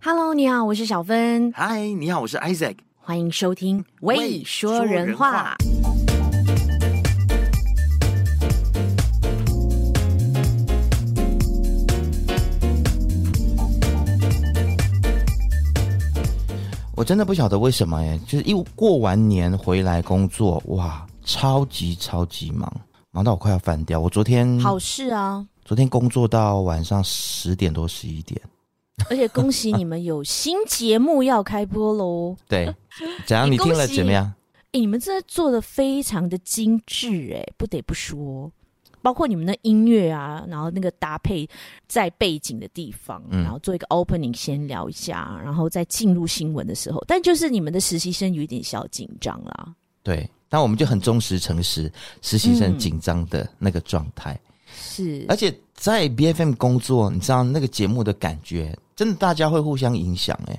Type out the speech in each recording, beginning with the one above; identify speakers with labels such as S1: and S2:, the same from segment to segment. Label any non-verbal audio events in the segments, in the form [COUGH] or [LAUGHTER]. S1: Hello，你好，我是小芬，
S2: 嗨，你好，我是 Isaac。
S1: 欢迎收听《未
S2: 喂
S1: 说
S2: 说
S1: 人
S2: 人
S1: 话
S2: 话》。
S3: 我真的不晓得为什么耶，就是一过完年回来工作，哇，超级超级忙，忙到我快要翻掉。我昨天
S1: 好事啊！ [LAUGHS]
S3: 昨天工作到晚上十点多十一点，
S1: 而且恭喜你们有新节目要开播喽！ [LAUGHS]
S3: 对，怎样？你听了怎么样？
S1: 哎，你们真的做的非常的精致，哎，不得不说，包括你们的音乐啊，然后那个搭配在背景的地方，
S3: 嗯
S1: 然后做一个 opening 先聊一下，然后再进入新闻的时候，但就是你们的实习生有一点小紧张啦。
S3: 对，但我们就很忠实诚实，实习生
S1: 嗯
S3: 紧张的那个状态，
S1: 是
S3: 而且在 B F M 工作，你知道那个节目的感觉，真的大家会互相影响。哎，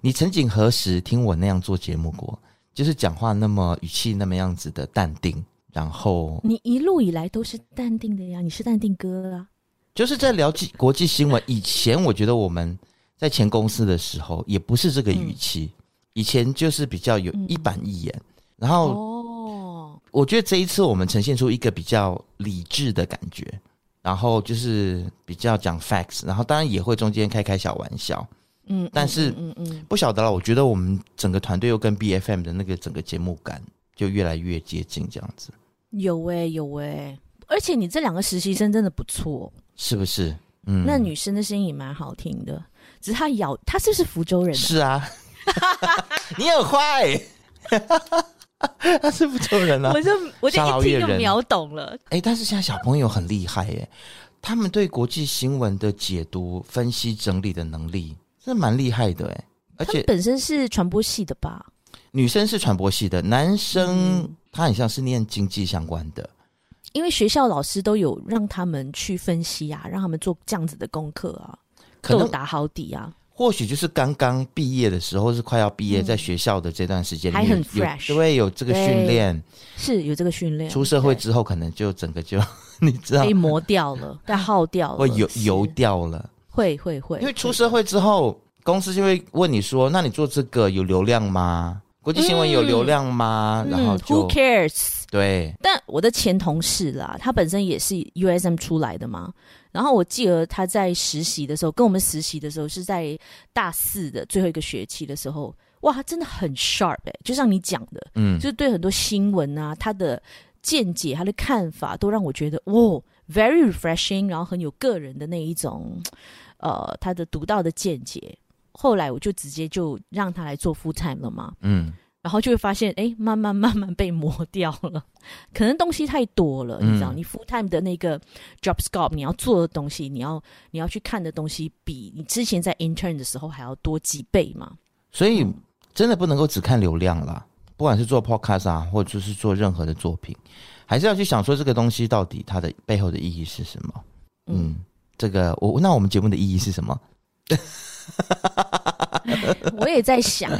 S3: 你曾几何时听我那样做节目过？就是讲话那么语气那么样子的淡定，然后
S1: 你一路以来都是淡定的呀，你是淡定哥啊。
S3: 就是在聊际国际新闻。以前我觉得我们在前公司的时候，也不是这个语气，以前就是比较有
S1: 嗯
S3: 一板一眼。然后
S1: 哦，
S3: 我觉得这一次我们呈现出一个比较理智的感觉，然后就是比较讲 facts，然后当然也会中间开开小玩笑。
S1: 嗯，
S3: 但
S1: 嗯
S3: 是
S1: 嗯嗯嗯
S3: 不晓得了，我觉得我们整个团队又跟 B F M 的那个整个节目感就越来越接近，这样子
S1: 有哎、有哎、而且你这两个实习生真的不错，
S3: 是不是？嗯，
S1: 那女生的声音也蛮好听的，只是她咬，她是不是福州人、啊？
S3: 是啊， [LAUGHS] 你很坏， [LAUGHS] 他是福州人啊
S1: 我。就我
S3: 沙
S1: 就
S3: 劳
S1: 一听
S3: 越
S1: 就
S3: 人
S1: 秒懂了，
S3: 哎、但是现在小朋友很厉害耶，他们对国际新闻的解读、分析、整理的能力，真的蛮厉害的哎。而
S1: 她们
S3: 且
S1: 本身是传播系的嗯吧？
S3: 女生是传播系的，男生他很像是念经济相关的。
S1: 因为学校老师都有让他们去分析啊，让他们做这样子的功课啊，
S3: 可
S1: 都有
S3: 能
S1: 打好底啊。
S3: 或许就是刚刚毕业的时候，是快要毕业，
S1: 嗯
S3: 在学校的这段时间里
S1: 还
S3: 面
S1: 很
S3: 有
S1: fresh
S3: 对，有这个训练。
S1: 是有这个训练，
S3: 出社会
S1: 对
S3: 之后，可能就整个就 [LAUGHS] 你知道
S1: 被磨掉
S3: [LAUGHS]
S1: 了，被耗掉了，
S3: 会油
S1: 是
S3: 油掉了，
S1: 会会会，
S3: 因为出
S1: 会
S3: 社会之后，公司就会问你说：“那你做这个有流量吗？国际新闻有流量吗？”然后
S1: 嗯，Who
S3: 就
S1: cares？
S3: 对，
S1: 但我的前同事啦，他本身也是 USM 出来的嘛。然后我记得他在实习的时候，跟我们实习的时候是在大四的最后一个学期的时候，哇，他真的很 sharp 哎、就像你讲的，
S3: 嗯
S1: 就，是对很多新闻啊，他的见解、他的看法，都让我觉得哇，very refreshing，然后很有个人的那一种，呃，他的独到的见解。后来我就直接就让他来做 full time 了嘛，
S3: 嗯，
S1: 然后就会发现，哎，慢慢慢慢被磨掉了，可能东西太多了，
S3: 嗯
S1: 你知道，你 full time 的那个 job scope，你要做的东西，你要你要去看的东西，比你之前在 intern 的时候还要多几倍
S3: [LAUGHS]
S1: 嘛。
S3: 所以真的不能够只看流量啦，不管是做 podcast 啊，或者是做任何的作品，还是要去想说这个东西到底它的背后的意义是什么。
S1: 嗯，
S3: 嗯，这个我那我们节目的意义是什么？
S1: 我也在想，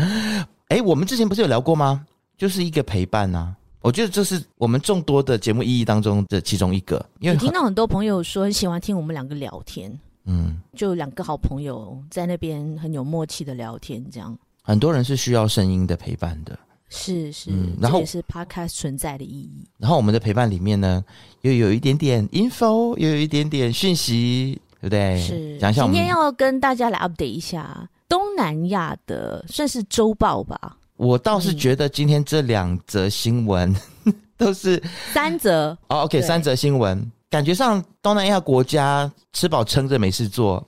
S3: 诶，我们之前不是有聊过吗？就是一个陪伴啊，我觉得这是我们众多的节目意义当中的其中一个，因
S1: 我
S3: 为
S1: 听
S3: 很
S1: 到很多朋友说很喜欢听我们两个聊天，
S3: 嗯，
S1: 就两个好朋友在那边很有默契的聊天，这样
S3: 很多人是需要声音的陪伴的。
S1: 是是，
S3: 嗯
S1: 这
S3: 然后
S1: 也是 podcast 存在的意义。
S3: 然后我们的陪伴里面呢，又有一点点 info，又有一点点讯息，对不对？
S1: 是，
S3: 哎讲一下我
S1: 今
S3: 们
S1: 天要跟大家来 update 一下东南亚的算是周报吧，
S3: 我倒
S1: 嗯
S3: 是觉得今天这两则新闻 [LAUGHS] 都是
S1: 三则
S3: 哦，OK，
S1: 对
S3: 三则新闻，感觉上东南亚国家吃饱撑着没
S1: [LAUGHS]
S3: 事做，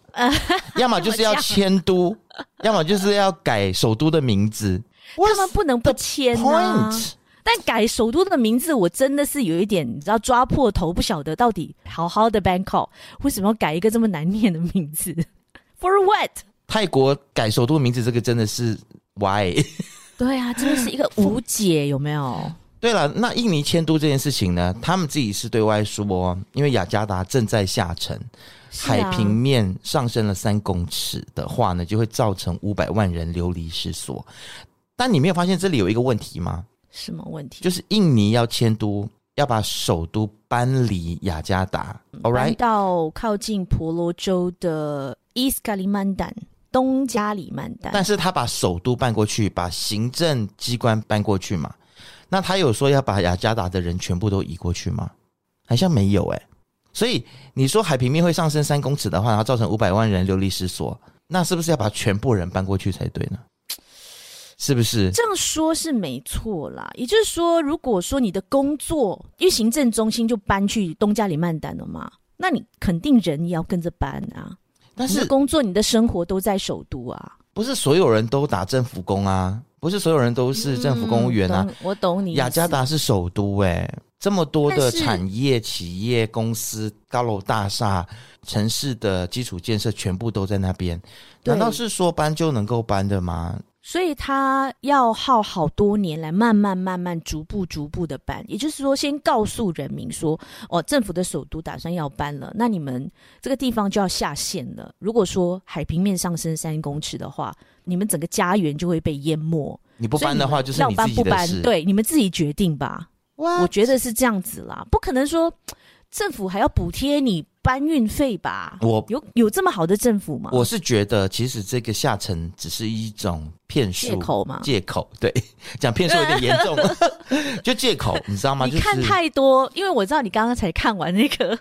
S3: 要么就是要
S1: 这么讲
S3: 迁都，要么就是要改首都的名字。
S1: 他们不能不签啊。
S3: Point，
S1: 但改首都的名字，我真的是有一点，你知道抓破头，不晓得到底好好的 Bangkok 为什么要改一个这么难念的名字 [LAUGHS] ？For what？
S3: 泰国改首都的名字，这个真的是 why？ [LAUGHS]
S1: 对啊，真的是一个无解，有没有？
S3: 对了，那印尼迁都这件事情呢，他们自己是对外说，因为雅加达正在下沉，
S1: 是
S3: 海
S1: 啊
S3: 平面上升了三公尺的话呢，就会造成五百万人流离失所。但你没有发现这里有一个问题吗？
S1: 什么问题？
S3: 就是印尼要迁都，要把首都搬离雅加达。All
S1: 搬
S3: right，
S1: 到靠近婆罗洲的 East Kalimantan 东加里曼丹。
S3: 但是他把首都搬过去，把行政机关搬过去嘛？那他有说要把雅加达的人全部都移过去吗？好像没有哎、所以你说海平面会上升三公尺的话，然后造成五百万人流离失所，那是不是要把全部人搬过去才对呢？是不是？
S1: 这样说是没错啦，也就是说，如果说你的工作，因为行政中心就搬去东加里曼丹了嘛，那你肯定人也要跟着搬啊。
S3: 但
S1: 你的
S3: 是
S1: 工作、你的生活都在首都啊，
S3: 不是所有人都打政府工啊？不是所有人都是政府公务员啊？
S1: 嗯懂我懂你。
S3: 雅加，达是首都哎、这么多的
S1: 但是
S3: 产业、企业、公司、高楼大厦、城市的基础建设全部都在那边，
S1: 对
S3: 难道是说搬就能够搬的吗？
S1: 所以他要耗好多年来，慢慢慢慢、逐步逐步的搬。也就是说，先告诉人民说，哦，政府的首都打算要搬了，那你们这个地方就要下线了。如果说海平面上升三公尺的话，你们整个家园就会被淹没。
S3: 你不搬的话，就是
S1: 要
S3: 你
S1: 搬
S3: 自己
S1: 不
S3: 的
S1: 搬
S3: 事。，
S1: 对，你们自己决定吧。我觉得是这样子啦，不可能说政府还要补贴你搬运费吧？
S3: 我
S1: 有有这么好的政府吗？
S3: 我是觉得，其实这个下沉只是一种骗术
S1: 借口嘛。
S3: 借口对，讲骗术有点严
S1: [LAUGHS]
S3: 重， [LAUGHS] 就借口，你知道吗？
S1: 你看
S3: 就是
S1: 太多，因为我知道你刚刚才看完那
S3: [LAUGHS]
S1: 个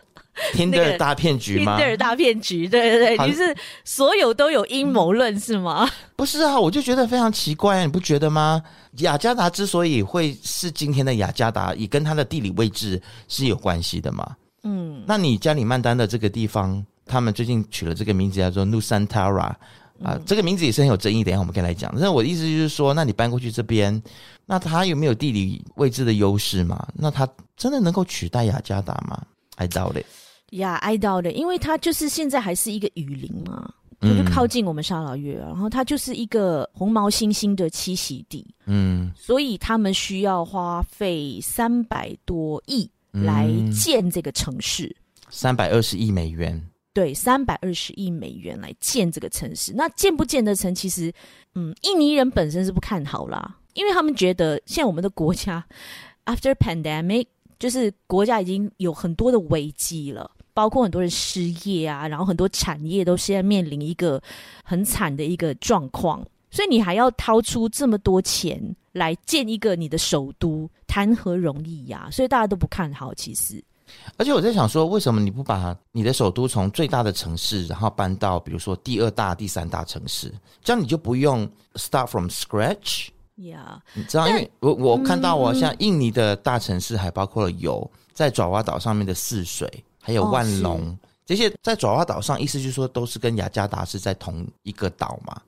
S1: 那
S3: Tinder
S1: 个
S3: 大骗局吗？
S1: Tinder 大骗局，对对
S3: 好
S1: 对，就是所有都有阴谋论是 [LAUGHS] 吗？
S3: 不是啊，我就觉得非常奇怪，啊你不觉得吗？雅加达之所以会是今天的雅加达，也跟它的地理位置是有关系的嘛。
S1: 嗯，
S3: 那你加里曼丹的这个地方，他们最近取了这个名字叫做 Nusantara 啊、
S1: 嗯
S3: 这个名字也是很有争议。等一下我们可以来讲。但是我的意思就是说，那你搬过去这边，那它有没有地理位置的优势嘛？那它真的能够取代雅加达吗？I doubt it。
S1: 呀，哀悼的，因为它就是现在还是一个雨林嘛，它
S3: 嗯
S1: 就靠近我们沙劳越啊，然后它就是一个红毛猩猩的栖息地，
S3: 嗯，
S1: 所以他们需要花费三百多亿来建这个城市。
S3: 嗯三百二十亿美元，
S1: 对，三百二十亿美元来建这个城市，那建不建得成，其实，嗯，印尼人本身是不看好啦，因为他们觉得现在我们的国家 [LAUGHS] after pandemic，就是国家已经有很多的危机了，包括很多人失业啊，然后很多产业都现在面临一个很惨的一个状况，所以你还要掏出这么多钱来建一个你的首都，谈何容易呀、所以大家都不看好，其实。
S3: 而且我在想说，为什么你不把你的首都从最大的城市，然后搬到比如说第二大、第三大城市，这样你就不用 start from scratch？
S1: 呀、
S3: 你知道，因为我我看到
S1: 嗯
S3: 哦，像印尼的大城市还包括了有在爪哇岛上面的泗水，还有
S1: 哦
S3: 万
S1: 是
S3: 隆、这些，在爪哇岛上，意思就是说都是跟雅加达是在同一个岛嘛。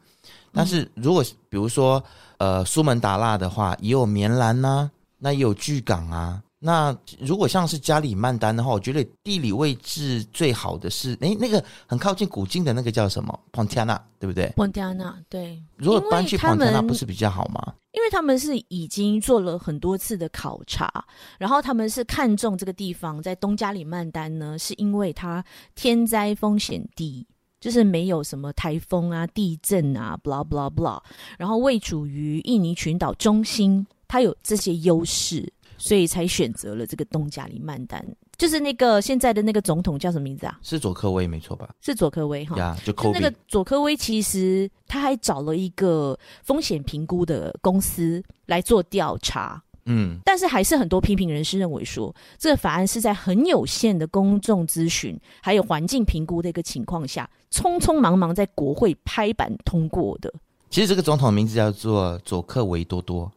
S3: 但
S1: 嗯
S3: 是如果比如说呃苏门答腊的话，也有棉兰呐、那也有巨港啊。那如果像是加里曼丹的话，我觉得地理位置最好的是，诶，那个很靠近古晋的那个叫什么 Pontiana，对不对？
S1: 蒙蒂安娜，对，
S3: 如果搬去
S1: 因为他们
S3: Pontiana 不是比较好吗？
S1: 因为他们是已经做了很多次的考察，然后他们是看中这个地方，在东加里曼丹呢，是因为它天灾风险低，就是没有什么台风啊、地震啊，blah blah blah，然后位处于印尼群岛中心，它有这些优势，所以才选择了这个东加里曼丹。就是那个现在的那个总统叫什么名字啊？
S3: 是佐科威没错吧？
S1: 是佐科威哈。
S3: 呀、就 c
S1: 啊就
S3: o
S1: 那个佐科威，其实他还找了一个风险评估的公司来做调查，
S3: 嗯，
S1: 但是还是很多批评人士认为说，这个法案是在很有限的公众咨询还有环境评估的一个情况下，匆匆忙忙在国会拍板通过的。
S3: 其实这个总统名字叫做佐克维
S1: [LAUGHS]
S3: 多多，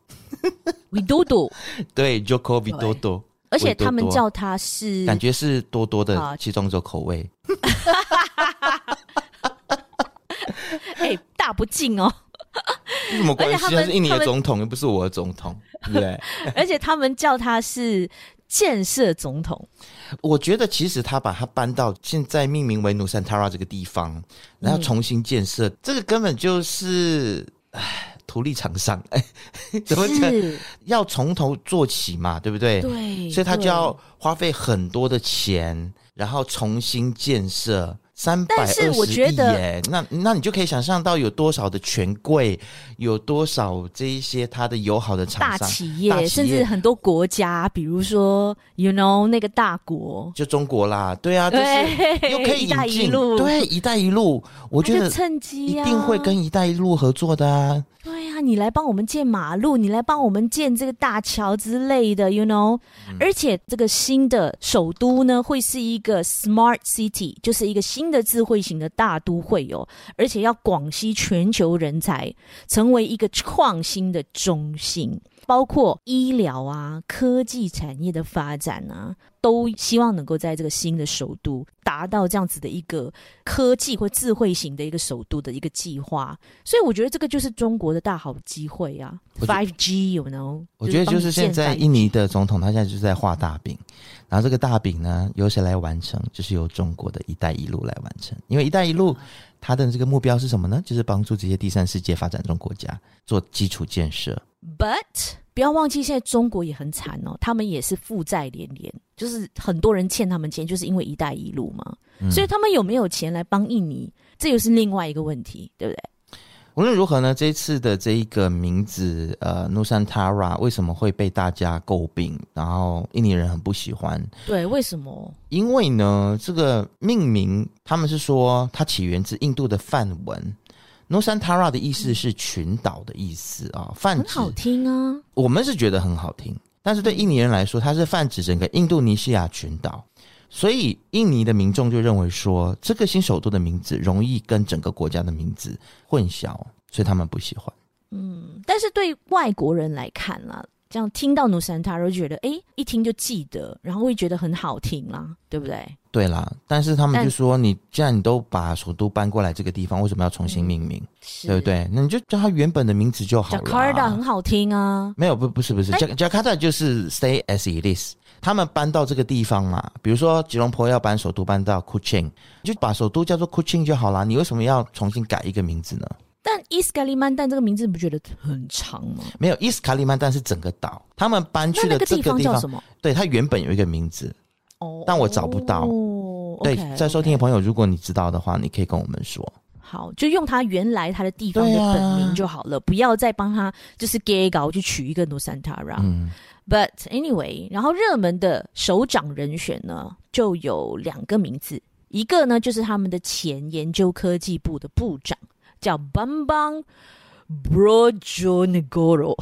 S1: 维多多，
S3: 对，Joko Widodo，
S1: 而且他
S3: 维
S1: 们
S3: 多多
S1: 叫他是
S3: 感觉是多多的
S1: 好
S3: 其中一种口味。
S1: 哎、大不敬
S3: [LAUGHS]
S1: 哦，
S3: 有什么关
S1: 而且他
S3: 系？
S1: 们
S3: 他是印尼
S1: 他
S3: 的
S1: 们
S3: 总统，又不是我的总
S1: [LAUGHS]
S3: 统，对不对？
S1: 而且他们叫他是建设总统。
S3: 我觉得其实他把它搬到现在命名为努山塔拉这个地方，然后重新建设，
S1: 嗯
S3: 这个根本就是唉，图利厂商，哎， [LAUGHS] 怎么讲？
S1: 是，
S3: 要从头做起嘛，对不对？
S1: 对，
S3: 所以他就
S1: 对
S3: 要花费很多的钱，然后重新建设，三百
S1: 但是
S3: 二
S1: 我
S3: 十
S1: 觉
S3: 亿
S1: 得
S3: 耶，那那你就可以想象到有多少的权贵，有多少这一些他的友好的
S1: 大
S3: 厂商，
S1: 企业，
S3: 大企业
S1: 甚至很多国家，比如说，you know 那个大国，
S3: 就中国啦，对啊，就是
S1: 对，
S3: 又可以
S1: 一带
S3: 引
S1: 一
S3: 进，
S1: 路，，
S3: 对“一带一路”，我
S1: 我
S3: 觉得
S1: 趁机
S3: 一
S1: 呀
S3: 定会跟“一带一路”合作的啊。
S1: 对呀、你来帮我们建马路，你来帮我们建这个大桥之类的，you know、而
S3: 嗯
S1: 且这个新的首都呢，会是一个 smart city，就是一个新的智慧型的大都会哦，而且要广吸全球人才，成为一个创新的中心，包括医疗啊、科技产业的发展啊，都希望能够在这个新的首都达到这样子的一个科技或智慧型的一个首都的一个计划。所以我觉得这个就是中国的大好机会啊
S3: 我觉
S1: ，Five G，you know，
S3: 我觉得就是现在印
S1: 你
S3: 尼的总统，他现在就是在画大饼，然后这个大饼呢，由谁来完成？就是由中国的一带一路来完成。因为一带一
S1: 啊
S3: 路它的这个目标是什么呢？就是帮助这些第三世界发展中国家做基础建设。
S1: ，But 不要忘记，现在中国也很惨哦，他们也是负债连连，就是很多人欠他们钱，就是因为“一带一路”嘛。
S3: 嗯
S1: 所以他们有没有钱来帮印尼，这又是另外一个问题，对不对？
S3: 无论如何呢，这一次的这一个名字呃，Nusantara 为什么会被大家诟病？然后印尼人很不喜欢，
S1: 对，为什么？
S3: 因为呢，这个命名他们是说它起源自印度的梵文。Nusantara 的意思是群岛的意思啊，泛
S1: 很
S3: 指
S1: 好听啊，
S3: 我们是觉得很好听，但是对印尼人来说，它是泛指整个印度尼西亚群岛，所以印尼的民众就认为说，这个新首都的名字容易跟整个国家的名字混淆，所以他们不喜欢。
S1: 但是对外国人来看啦，这样听到努山塔就觉得，诶，一听就记得，然后会觉得很好听啦，对不对？
S3: 对啦，但是他们
S1: 但
S3: 就说，你既然你都把首都搬过来这个地方，为什么要重新命名？
S1: 是
S3: 对不？对？那你就叫它原本的名字就好了啊。
S1: Jakarta 很好听啊，
S3: 没有，不不是不是
S1: 哎
S3: ，Ja-，Jakarta 就是 stay as it is。他们搬到这个地方嘛，比如说吉隆坡要搬首都搬到 Kuching，就把首都叫做 Kuching 就好啦。你为什么要重新改一个名字呢？
S1: 但伊斯 a 利曼旦这个名字你不觉得很长吗？
S3: 没有，伊斯卡利曼丹是整个岛，他们搬去
S1: 那
S3: 的
S1: 那个
S3: 这
S1: 地
S3: 个地
S1: 叫
S3: 方，
S1: 什么？
S3: 对，它原本有一个名字。
S1: 哦，
S3: 但我找不到
S1: 哦，
S3: 对，在收听的朋友，如果你知道的话，你可以跟我们说。
S1: 好，就用他原来他的地方的
S3: 对啊
S1: 本名就好了，不要再帮他就是 gay 搞去取一个 n 山塔 s a n t a r a
S3: 嗯，
S1: But anyway，然后热门的首长人选呢，就有两个名字，一个呢就是他们的前研究科技部的部长，叫 Bambang
S3: [LAUGHS]
S1: Brojonegoro，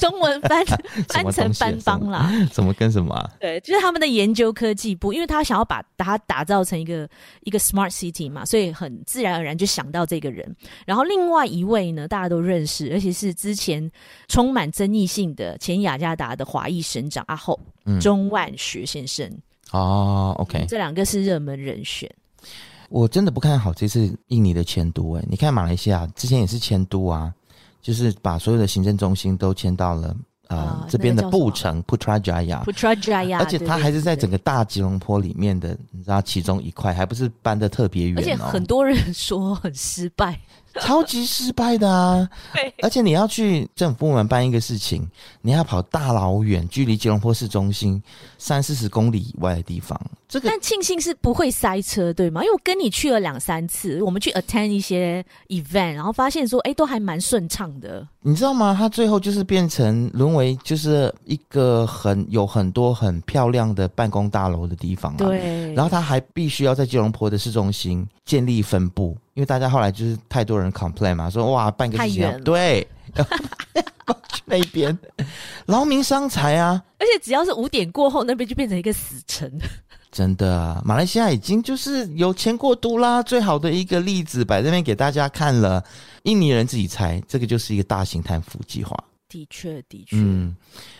S1: 中文翻
S3: 什
S1: 翻
S3: 么
S1: 成
S3: 东西啊
S1: 班邦啦。
S3: [LAUGHS] 怎么跟什么啊、
S1: 对，就是他们的研究科技部，因为他想要把把它打造成一个一个 smart city 嘛，所以很自然而然就想到这个人。然后另外一位呢，大家都认识，而且是之前充满争议性的前雅加达的华裔省长阿后、
S3: 嗯
S1: 钟万学先生，
S3: 哦，OK，
S1: 这两个是热门人选。
S3: 我真的不看好这次印尼的迁都、欸。你看马来西亚之前也是迁都啊，就是把所有的行政中心都迁到了呃、
S1: 啊
S3: 这边的
S1: 那个叫什么
S3: 布城 Putrajaya，
S1: Putrajaya，
S3: 啊 [LAUGHS] 而且它还是在整
S1: 个。
S3: 个大吉隆坡里面的，你知道其中一块，还不是搬的特别
S1: 而且
S3: 远哦
S1: 很，多人说很失败，
S3: [LAUGHS] 超级失败的
S1: [LAUGHS]
S3: 啊！而且你要去政府部门办一个事情，你要跑大老远，距离吉隆坡市中心三四十公里以外的地方，这个
S1: 但庆幸是不会塞车，对吗？因为我跟你去了两三次，我们去 attend 一些 event，然后发现说，哎，都还蛮顺畅的。
S3: 你知道吗？它最后就是变成沦为就是一个很有很多很漂亮的办公大楼的地方、啊。。
S1: 对，
S3: 然后它还必须要在吉隆坡的市中心建立分部，因为大家后来就是太多人 complain 嘛，说哇办个事
S1: 太
S3: 情要
S1: 远了
S3: 对，去那边劳民伤财啊，
S1: 而且只要是五点过后，那边就变成一个死城。
S3: 真的，马来西亚已经就是有钱过度啦，最好的一个例子摆在那边给大家看了。印尼人自己猜，这个就是一个大型贪腐计划。
S1: [LAUGHS] 的确，的确，
S3: 嗯，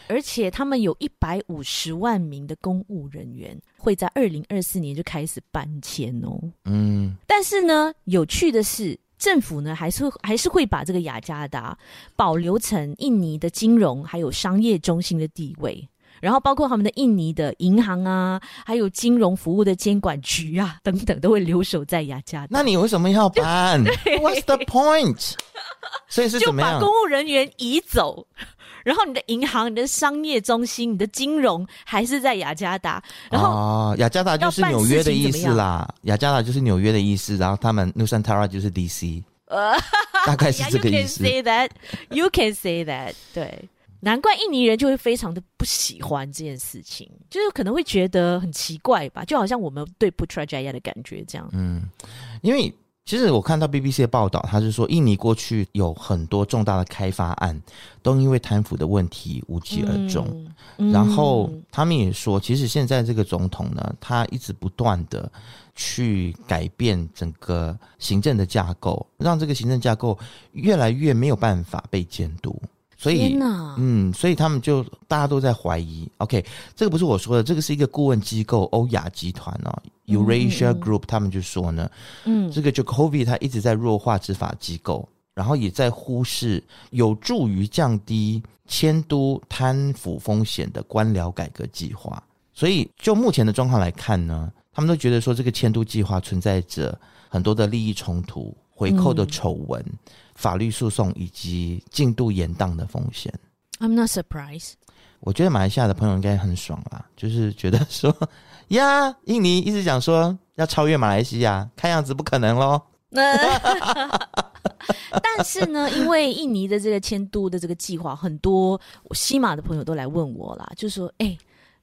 S1: 而且他们有一百五十万名的公务人员会在二零二四年就开始搬迁哦。
S3: 嗯，
S1: 但是呢，有趣的是，政府呢还是还是会把这个雅加达保留成印尼的金融还有商业中心的地位。然后包括他们的印尼的银行啊，还有金融服务的监管局啊等等，都会留守在雅加达，
S3: 那你为什么要搬？What's the point？所以是
S1: 就
S3: 怎么
S1: 把
S3: 样
S1: 公？务人员移走， [LAUGHS] 然后你的银行、你的商业中心、你的金融还是在雅加达，然后
S3: 哦，雅加达就是纽约的意思啦，雅加达就是纽约的意思，然后他们 Nusantara 就是
S1: [LAUGHS]
S3: DC，
S1: 呃，
S3: 大概是
S1: yeah,
S3: 这
S1: you
S3: 个意
S1: can
S3: 思。
S1: say that, [LAUGHS] you can say that，对。 [LAUGHS] 难怪印尼人就会非常的不喜欢这件事情，就是可能会觉得很奇怪吧，就好像我们对 Putrajaya 的感觉这样。
S3: 嗯，因为其实我看到 BBC 的报道，他是说印尼过去有很多重大的开发案都因为贪腐的问题无疾而终。
S1: 嗯
S3: 然后
S1: 嗯
S3: 他们也说，其实现在这个总统呢，他一直不断的去改变整个行政的架构，让这个行政架构越来越没有办法被监督。所以
S1: 天，哪，
S3: 嗯，所以他们就大家都在怀疑。OK，这个不是我说的，这个是一个顾问机构欧亚集团哦，Eurasia
S1: 嗯嗯
S3: Group，他们就说呢，
S1: 嗯
S3: 这个就 COVID 它一直在弱化执法机构，然后也在忽视有助于降低迁都贪腐风险的官僚改革计划。所以就目前的状况来看呢，他们都觉得说这个迁都计划存在着很多的利益冲突、回扣的
S1: 嗯
S3: 丑闻、法律诉讼以及进度延宕的风险。
S1: ，I'm not surprised。
S3: 我觉得马来西亚的朋友应该很爽啦，就是觉得说 [LAUGHS] 呀，印尼一直讲说要超越马来西亚，看样子不可能喽。
S1: [LAUGHS] 那但是呢，因为印尼的这个迁都的这个计划，很多我西马的朋友都来问我啦，就说：“哎、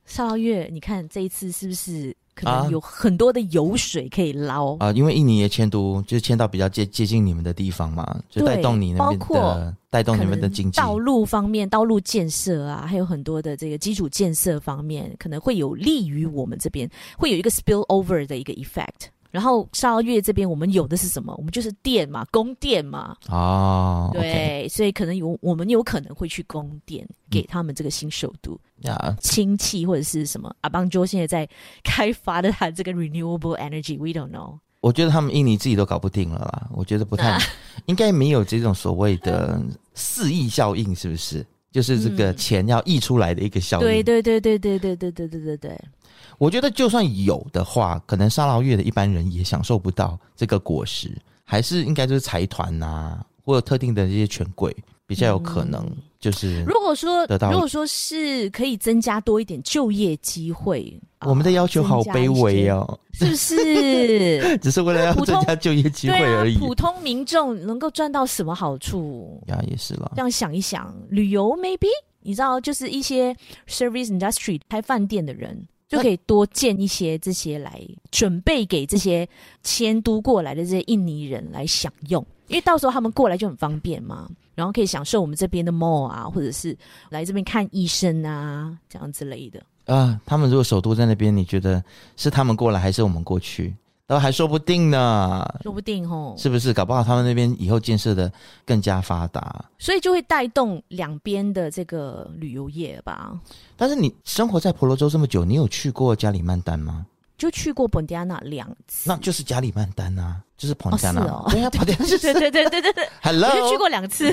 S1: 邵月，你看这一次是不是可
S3: 啊
S1: 能有很多的油水可以捞？”
S3: 啊、因为印尼也迁都，就是迁到比较接接近你们的地方嘛，就带
S1: 对
S3: 动你那边
S1: 包括
S3: 的带动
S1: 可
S3: 你们的
S1: 能
S3: 经济。
S1: 道路方面、道路建设啊，还有很多的这个基础建设方面，可能会有利于我们这边会有一个 spill over 的一个 effect。然后沙月这边我们有的是什么？我们就是电嘛，供电嘛，
S3: 哦，
S1: 对所以可能有我们有可能会去供电给他们这个新首都、
S3: 嗯呀
S1: 氢气或者是什么。阿邦州现在在开发的它这个 renewable energy，we don't know。
S3: 我觉得他们印尼自己都搞不定了啦，我觉得不太，
S1: 啊
S3: 应该没有这种所谓的四溢效应，是不是？就是这个
S1: 嗯
S3: 钱要溢出来的一个效应。
S1: 对对对对对对对对对对对，
S3: 嗯我觉得就算有的话，可能沙劳越的一般人也享受不到这个果实，还是应该就是财团呐、或者特定的这些权贵比较有可能，
S1: 嗯
S3: 就是
S1: 如果说
S3: 得到
S1: 如果说是可以增加多一点就业机会，啊
S3: 我们的要求好卑微，哦，
S1: 增加一些是不是？
S3: 只是为了要
S1: 普通
S3: 增加就业 [LAUGHS] 机会而
S1: 对
S3: 已
S1: 啊，。普通民众能够赚到什么好处？
S3: 呀、也是啦
S1: 这。样想一想，旅游 maybe 你知道，就是一些 service industry 开饭店的人。就可以多建一些这些来准备给这些迁都过来的这些印尼人来享用，因为到时候他们过来就很方便嘛，然后可以享受我们这边的 mall 啊，或者是来这边看医生啊，这样之类的。
S3: 啊，他们如果首都在那边，你觉得是他们过来还是我们过去？都还说不定呢，
S1: 说不定哦，
S3: 是不是？搞不好他们那边以后建设的更加发达。
S1: 所以就会带动两边的这个旅游业吧。
S3: 但是你生活在婆罗洲这么久，你有去过加里曼丹吗？
S1: 就去过本迪亚纳两次，
S3: 那就是加里曼丹啊，就是彭
S1: 哦
S3: 加纳，
S1: 是哦
S3: 对呀、彭加纳就
S1: 对 [LAUGHS] 对
S3: [LAUGHS]
S1: 对
S3: 是
S1: 对对对对，
S3: Hello，
S1: 我就去过两次，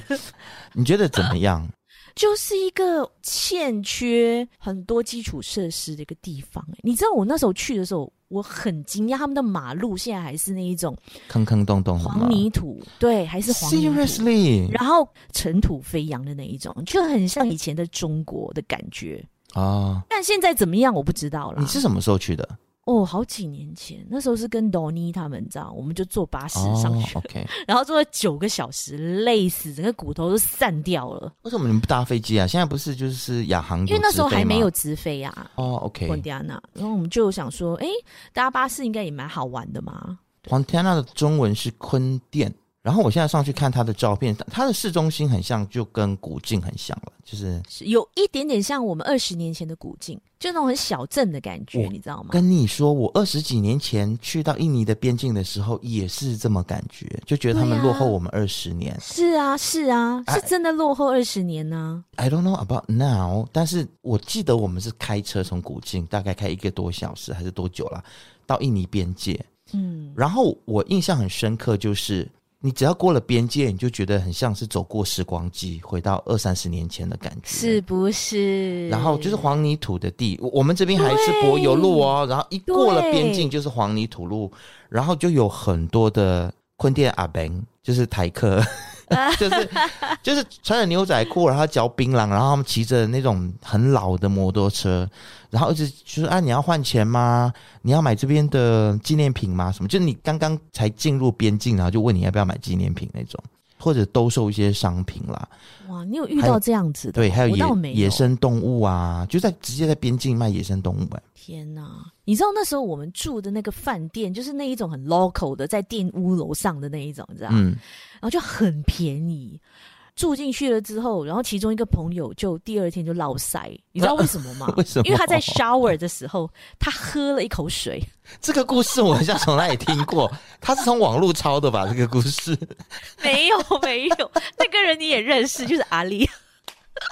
S3: 你觉得怎么样？
S1: 就是一个欠缺很多基础设施的一个地方、欸你知道我那时候去的时候，我很惊讶，他们的马路现在还是那一种
S3: 坑坑洞洞的吗
S1: 黄泥土，
S3: 嗯
S1: 对，还是黄泥土。
S3: ？Seriously
S1: 然后尘土飞扬的那一种，就很像以前的中国的感觉。
S3: 哦，
S1: 但现在怎么样，我不知道啦。
S3: 你是什么时候去的？
S1: 哦，好几年前，那时候是跟 Donny 他们，你知道，我们就坐巴士上
S3: 哦
S1: 去，
S3: ，OK，
S1: 然后坐了九个小时，累死，整个骨头都散掉了。
S3: 为什么你们不搭飞机啊？现在不是就是亚航有
S1: 因为那时候
S3: 直飞
S1: 还没
S3: 吗
S1: 有直飞啊，
S3: 哦
S1: 蒙
S3: ，OK，
S1: 迪安娜，然后我们就想说，哎，搭巴士应该也蛮好玩的嘛。
S3: 黄天娜的中文是坤甸。然后我现在上去看它的照片，它它的市中心很像，就跟古晋很像了，就是
S1: 是有一点点像我们二十年前的古晋，就那种很小镇的感觉，
S3: 我
S1: 你知道吗？
S3: 哦跟你说，我二十几年前去到印尼的边境的时候，也是这么感觉，就觉得他
S1: 对
S3: 们
S1: 啊
S3: 落后我们二十年。
S1: 是啊，是啊，
S3: 哎
S1: 是真的落后二十年啊呢、
S3: I don't know about now，但是我记得我们是开车从古晋，大概开一个多小时还是多久啦，到印尼边界。
S1: 嗯，
S3: 然后我印象很深刻，就是你只要过了边界，你就觉得很像是走过时光机，回到二三十年前的感觉。
S1: 是。不是？
S3: 然后就是黄泥土的地，我我们这边还是柏油路哦。然后一过了边境
S1: 对
S3: 就是黄泥土路，然后就有很多的坤甸阿本，就是台客， [LAUGHS] 就是就是穿着牛仔裤，然后嚼槟榔，然后他们骑着那种很老的摩托车，然后一直就是啊，你要换钱吗？你要买这边的纪念品吗？什么？就是你刚刚才进入边境，然后就问你要不要买纪念品那种，或者兜售一些商品啦。
S1: 哇，你有遇
S3: 还有
S1: 到这样子的？
S3: 对，还
S1: 我倒
S3: 有
S1: 没
S3: 野野
S1: 有
S3: 生动物啊，就在直接在边境卖野生动物、欸。
S1: 天呐！你知道那时候我们住的那个饭店，就是那一种很 local 的，在店屋楼上的那一种，你知道吗？
S3: 嗯，？
S1: 然后就很便宜。住进去了之后，然后其中一个朋友就第二天就落塞，你知道为什么吗
S3: [LAUGHS] 为什
S1: [LAUGHS]
S3: 么
S1: 啊因为他在 shower 的时候，他喝了一口水， [LAUGHS]
S3: 这个故事我好像从哪里听过，他是从网络抄的吧？这个故事
S1: 没有没有，那个人你也认识，就是阿丽，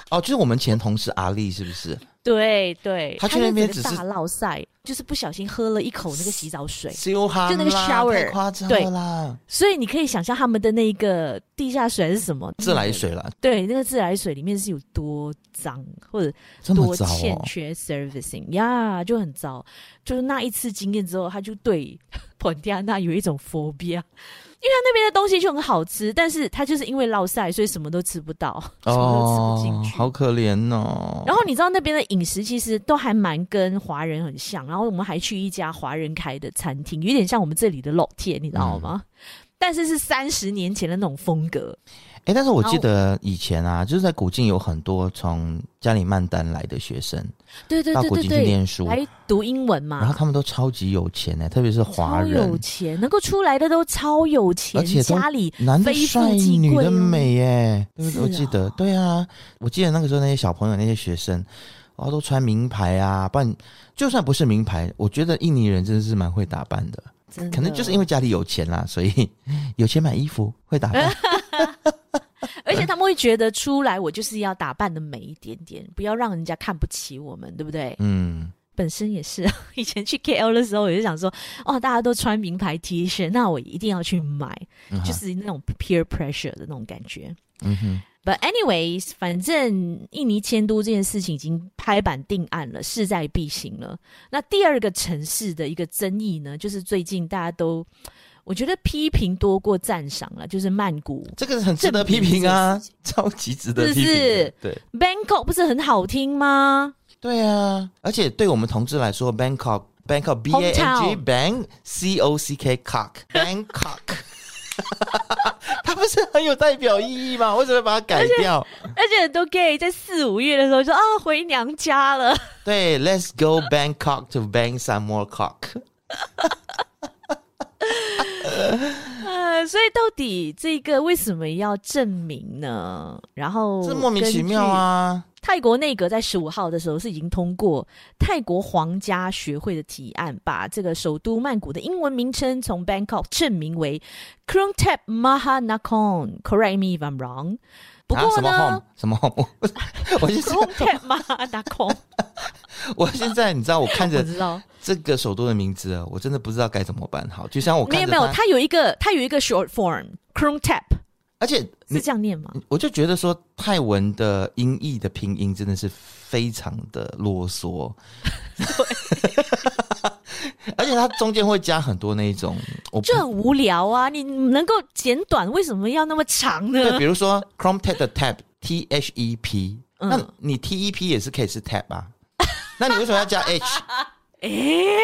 S3: 哦，就是我们前同事阿丽是不是？
S1: 对对，
S3: 他去
S1: 就
S3: 那边
S1: 整
S3: 只
S1: 个
S3: 是
S1: 大落塞，就是不小心喝了一口那个洗澡水，
S3: 就
S1: 就那个 shower，
S3: 太夸张
S1: 对
S3: 了啦，
S1: 所以你可以想象他们的那个地下水还是什么
S3: 自来，水啦，
S1: 对，那个自来水里面是有多脏，或者
S3: 这么
S1: 多
S3: 早
S1: 欠
S3: 哦。
S1: 缺 servicing 呀、就很糟。就是那一次经验之后，他就对 [LAUGHS] 彭迪亚纳有一种 phobia，因为他那边的东西就很好吃，但是他就是因为落晒，所以什么都吃不到，什么都吃不进去。
S3: 哦好可怜哦。
S1: 然后你知道那边的饮食其实都还蛮跟华人很像，然后我们还去一家华人开的餐厅，有点像我们这里的老铁，你知道
S3: 嗯
S1: 吗？但是是三十年前的那种风格，
S3: 哎，但是我记得以前啊，就是在古晋有很多从加里曼丹来的学生
S1: 对对
S3: 到
S1: 对
S3: 古
S1: 对
S3: 晋去
S1: 对，
S3: 念书，
S1: 来读英文嘛，
S3: 然后他们都超级有钱呢，特别是
S1: 超
S3: 华
S1: 有
S3: 人，
S1: 钱，能够出来的都超有钱，
S3: 而且都
S1: 家里
S3: 男
S1: 非
S3: 的
S1: 富
S3: 帅，
S1: 即
S3: 女
S1: 贵
S3: 的
S1: 哦
S3: 美耶，对不
S1: 是
S3: 对？我记得，
S1: 啊
S3: 对啊，我记得那个时候那些小朋友那些学生。哦，都穿名牌啊，不然就算不是名牌，我觉得印尼人真的是蛮会打扮的。可能就是因
S1: 为，
S3: 为家里有钱啦，所以有钱买衣服会打
S1: 啊
S3: 扮。
S1: 而且他们会觉得出来，我就是要打扮的美一点点，不要让人家看不起我们，对不对？
S3: 嗯，
S1: 本身也是， [LAUGHS] 以前去 KL 的时候，我就想说，哦，大家都穿名牌 T 恤，那我一定要去买，
S3: 嗯
S1: 就
S3: 哼
S1: 是那种 peer pressure 的那种感觉。
S3: 嗯哼，
S1: But anyways，反正印尼迁都这件事情已经拍板定案了，势在必行了。那第二个城市的一个争议呢，就是最近大家都，我觉得批评多过赞赏了，就是曼谷
S3: 这个很值得批评啊，超级值得批评的。
S1: 是不是
S3: 对
S1: Bangkok 不是很好听吗？
S3: 对啊，而且对我们同志来说，Bangkok Bangkok B A N G
S1: Hometown
S3: Bang C O C K Cock Bangkok，它不是很有代表意义吗？为什么把它改掉？
S1: 而且很多 gay 在四五月的时候说啊，回娘家了。
S3: 对，Let's go Bangkok to bang some more cock。
S1: 呃，所以到底这个为什么要证明呢？然后
S3: 这莫名其妙！啊！
S1: 泰国内阁在十五号的时候是已经通过泰国皇家学会的提案，把这个首都曼谷的英文名称从 Bangkok 证明为 k r o n t e p Mahanakhon。Correct me if I'm wrong。不
S3: 啊
S1: 过
S3: 什么
S1: 呢
S3: home 什么 home，我 [LAUGHS] 就是
S1: k r o n t [LAUGHS] e p
S3: [LAUGHS]
S1: Mahanakhon，
S3: 我现在你知道，我看
S1: 我
S3: 着
S1: 知道。
S3: 这个首都的名字啊，我真的不知道该怎么办好。就像我看
S1: 没
S3: 着
S1: 有没有，
S3: 它
S1: 它有一个它有一个 short form k r o n t e p
S3: 而且
S1: 是
S3: 你
S1: 这样念吗？
S3: 我就觉得说泰文的音译的拼音真的是非常的啰嗦， [LAUGHS] 而且它中间会加很多那一种，我不
S1: 就很无聊啊！你能够简短，为什么要那么长
S3: 对，
S1: 呢？
S3: 比如说 Chrome Tab 的 Tab T H E P，、
S1: 嗯
S3: 那你 T E P 也是可以是 Tab 啊，那你为什么要加
S1: [LAUGHS]
S3: H？
S1: 诶，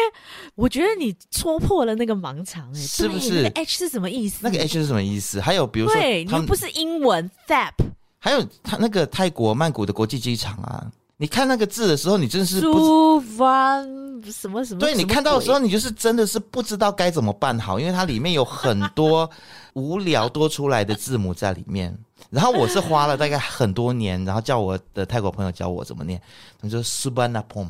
S1: 我觉得你戳破了那个盲肠、诶，
S3: 是不是
S1: 对那个 H 是什么意思？
S3: 那个 H 是什么意思？还有比如说
S1: 对，你
S3: 他
S1: 又
S3: 们
S1: 不是英文 Zap
S3: 还有他那个泰国曼谷的国际机场啊，你看那个字的时候，你真是不知
S1: Su Van 什么什么？
S3: 对你
S1: 什么
S3: 看到的时候，
S1: 鬼，
S3: 你就是真的是不知道该怎么办好，因为它里面有很多 [LAUGHS] 无聊多出来的字母在里面。然后我是花了大概很多年，然后叫我的泰国朋友教我怎么念，他们说 Subanapom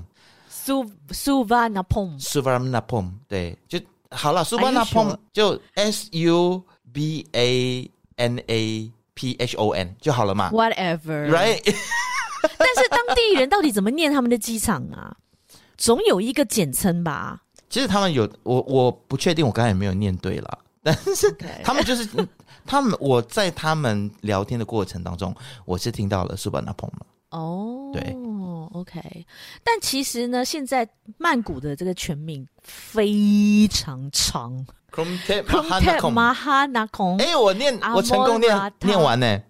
S1: Su Su Van a p o
S3: [LAUGHS]
S1: m
S3: Subanapom，对，就好了
S1: you
S3: Subanapom
S1: sure？
S3: 就 S U B A N A P H O N 就好了嘛
S1: whatever。
S3: ，right？
S1: 但是当地人到底怎么念他们的机场啊？总有一个简称吧。
S3: 其实他们有我，我不确定我刚才有没有念对啦， [LAUGHS] 但是
S1: OK
S3: 他们就是他们，我在他们聊天的过程当中，我是听到了苏巴纳蓬嘛，
S1: 哦，
S3: 对
S1: ，OK。但其实呢，现在曼谷的这个全名非常长，
S3: c o m t e
S1: k u n t e
S3: m
S1: m a h a n a k o n
S3: 哎，我念我成功念
S1: Amorata
S3: 念完呢、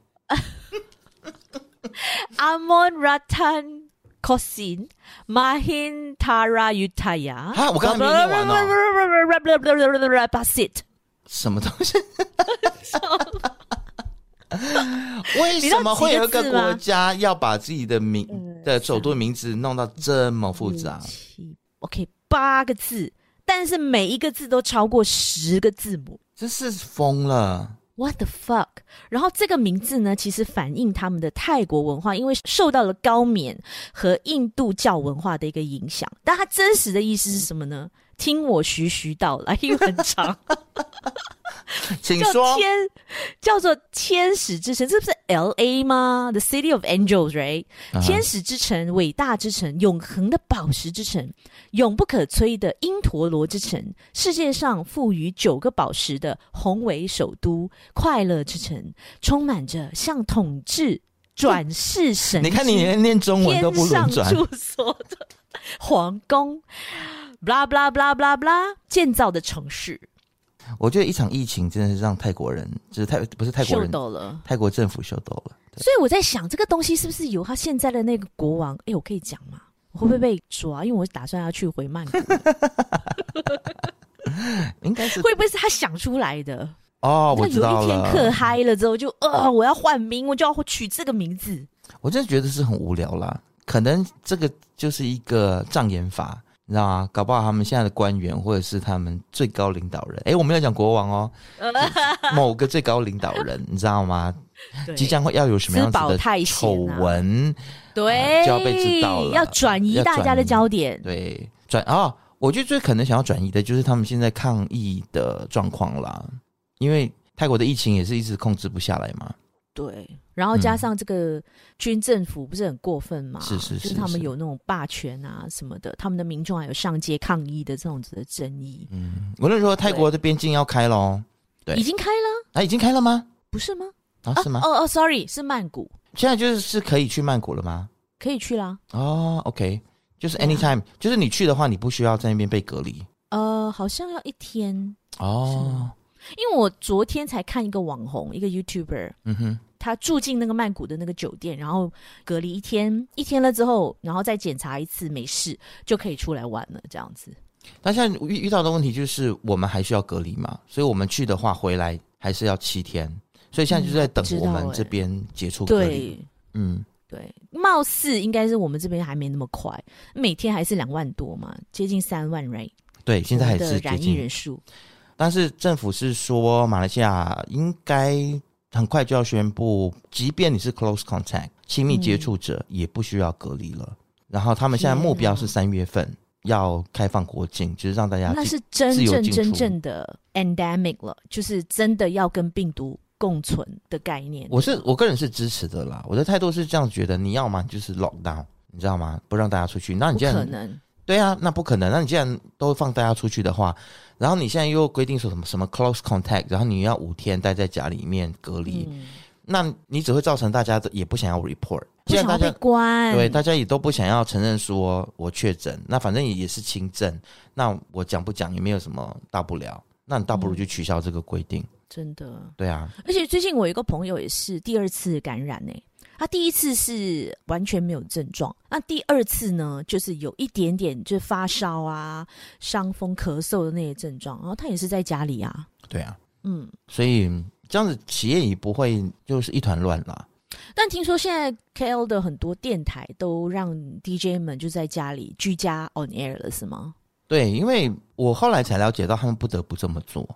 S1: Amon Ratan Kosin Mahin Tara Utaya。
S3: 啊我刚刚没念完
S1: 哦。Basit，
S3: 什么东
S1: [LAUGHS]
S3: 西？为什么会有一个国家要把自己的名的首都名字弄到这么复杂？
S1: 七，OK，八个字，但是每一个字都超过十个字母。
S3: 真是疯了！
S1: What the fuck？然后这个名字呢，其实反映他们的泰国文化，因为受到了高棉和印度教文化的一个影响。但它真实的意思是什么呢？听我徐徐道来，因为很长，
S3: 请
S1: 叫
S3: 说，
S1: 天，叫做天使之城，这不是 L A 吗？The City of Angels，right？、
S3: 啊
S1: 天使之城、伟大之城、永恒的宝石之城、永不可摧的因陀罗之城，世界上赋予九个宝石的宏伟首都、快乐之城，充满着向统
S3: [LAUGHS]
S1: 治转世神
S3: 你看你
S1: 之
S3: 连念中文都
S1: 天
S3: 不
S1: 上
S3: 轮转，
S1: 住所的皇宫，blah blah blah blah blah，建造的城市
S3: 我觉得一场疫情真的是让泰国人，就是泰不是泰国
S1: 秀
S3: 人，
S1: 逗了。
S3: 泰国政府秀逗了。对
S1: 所以我在想，这个东西是不是由他现在的那个国王？哎，我可以讲吗？我会不会被抓？因为我打算要去回曼谷，
S3: [LAUGHS] 应该是
S1: 会不会是他想出来的？
S3: 哦，我
S1: 那
S3: 知
S1: 有
S3: 道
S1: 一天嗑
S3: 了。
S1: 嗨了之后就，呃，我要换名，我就要取这个名
S3: [LAUGHS]
S1: 字。
S3: 我真的觉得是很无聊啦，可能这个就是一个障眼法，你知道吗？搞不好他们现在的官员或者是他们最高领导人，诶，我没有讲国
S1: [LAUGHS]
S3: 王哦，某个最高领导人，你知道吗？
S1: 对
S3: 即将会要有什么样子
S1: 吃饱太
S3: 的
S1: 闲啊
S3: 丑闻？
S1: 对、
S3: 就要被知道了
S1: 要转移
S3: 要转
S1: 大家的
S3: 移
S1: 焦点。
S3: 对，转啊、我觉得最可能想要转移的就是他们现在抗疫的状况啦，因为泰国的疫情也是一直控制不下来嘛。
S1: 对，然后加上这个军政府不是很过分嘛？
S3: 嗯是是
S1: 就是他们
S3: 是
S1: 有那种霸权啊什么的，他们的民众还有上街抗议的这种子的争议，
S3: 无论如何，泰国的边境要开喽。对
S1: 已经开了，
S3: 啊，已经开了吗？
S1: 不是吗？
S3: 啊，是吗？
S1: 哦哦，sorry，是曼谷，
S3: 现在就是是可以去曼谷了吗？
S1: 可以去啦。
S3: 哦，OK，就是
S1: 对啊
S3: anytime，、就是你去的话，你不需要在那边被隔离。
S1: 呃，好像要一天，是
S3: 哦
S1: 吗，因为我昨天才看一个网红，一个 YouTuber，
S3: 嗯哼，
S1: 他住进那个曼谷的那个酒店，然后隔离一天，一天了之后，然后再检查一次没事，就可以出来玩了，这样子。
S3: 那现在遇遇到的问题就是，我们还需要隔离嘛，所以我们去的话，回来还是要七天，所以现在就是在等
S1: 嗯不知
S3: 我
S1: 道
S3: 们
S1: 欸
S3: 这边解除隔离。
S1: 对
S3: 嗯，
S1: 对，貌似应该是我们这边还没那么快，每天还是两万多嘛，接近三万 right
S3: 对，现在还
S1: 我
S3: 是
S1: 们的
S3: 接
S1: 染疫
S3: 近
S1: 人，数。
S3: 但是政府是说马来西亚应该很快就要宣布，即便你是 close contact 亲密接触者，也不需要隔离了。然后他们现在目标是三月份要开放国境，就是让大家
S1: 啊那
S3: 进
S1: 是真
S3: 自由
S1: 正
S3: 进
S1: 真
S3: 出
S1: 正的 endemic 了，就是真的要跟病毒共存的概念。
S3: 我是我个人是支持的啦，我的态度是这样觉得，你要么就是 lock down，你知道吗？不让大家出去。啊那你
S1: 不
S3: 既
S1: 可
S3: 然
S1: 能，
S3: 对啊，那不可能。那你既然都放大家出去的话，然后你现在又规定说什么什么 close contact，然后你要五天待在家里面隔离，
S1: 嗯，
S3: 那你只会造成大家也不想要 report。
S1: 不
S3: 既然
S1: 想要
S3: 大
S1: 被嗯
S3: 家
S1: 关，
S3: 对大家也都不想要承认说我确诊，那反正也也是轻症，那我讲不讲也没有什么大不了。那你倒不如就取消这个规定。
S1: 真的。
S3: 对啊，
S1: 而且最近我有一个朋友也是第二次感染呢、他第一次是完全没有症状，那第二次呢，就是有一点点就发烧啊、伤风、咳嗽的那些症状，然后他也是在家里啊，
S3: 对啊。
S1: 嗯。
S3: 所以这样子企业也不会就是一团乱啦。
S1: 但听说现在 KL 的很多电台都让 DJ 们就在家里居家 on air 了，是吗？
S3: 对，因为我后来才了解到他们不得不这么做，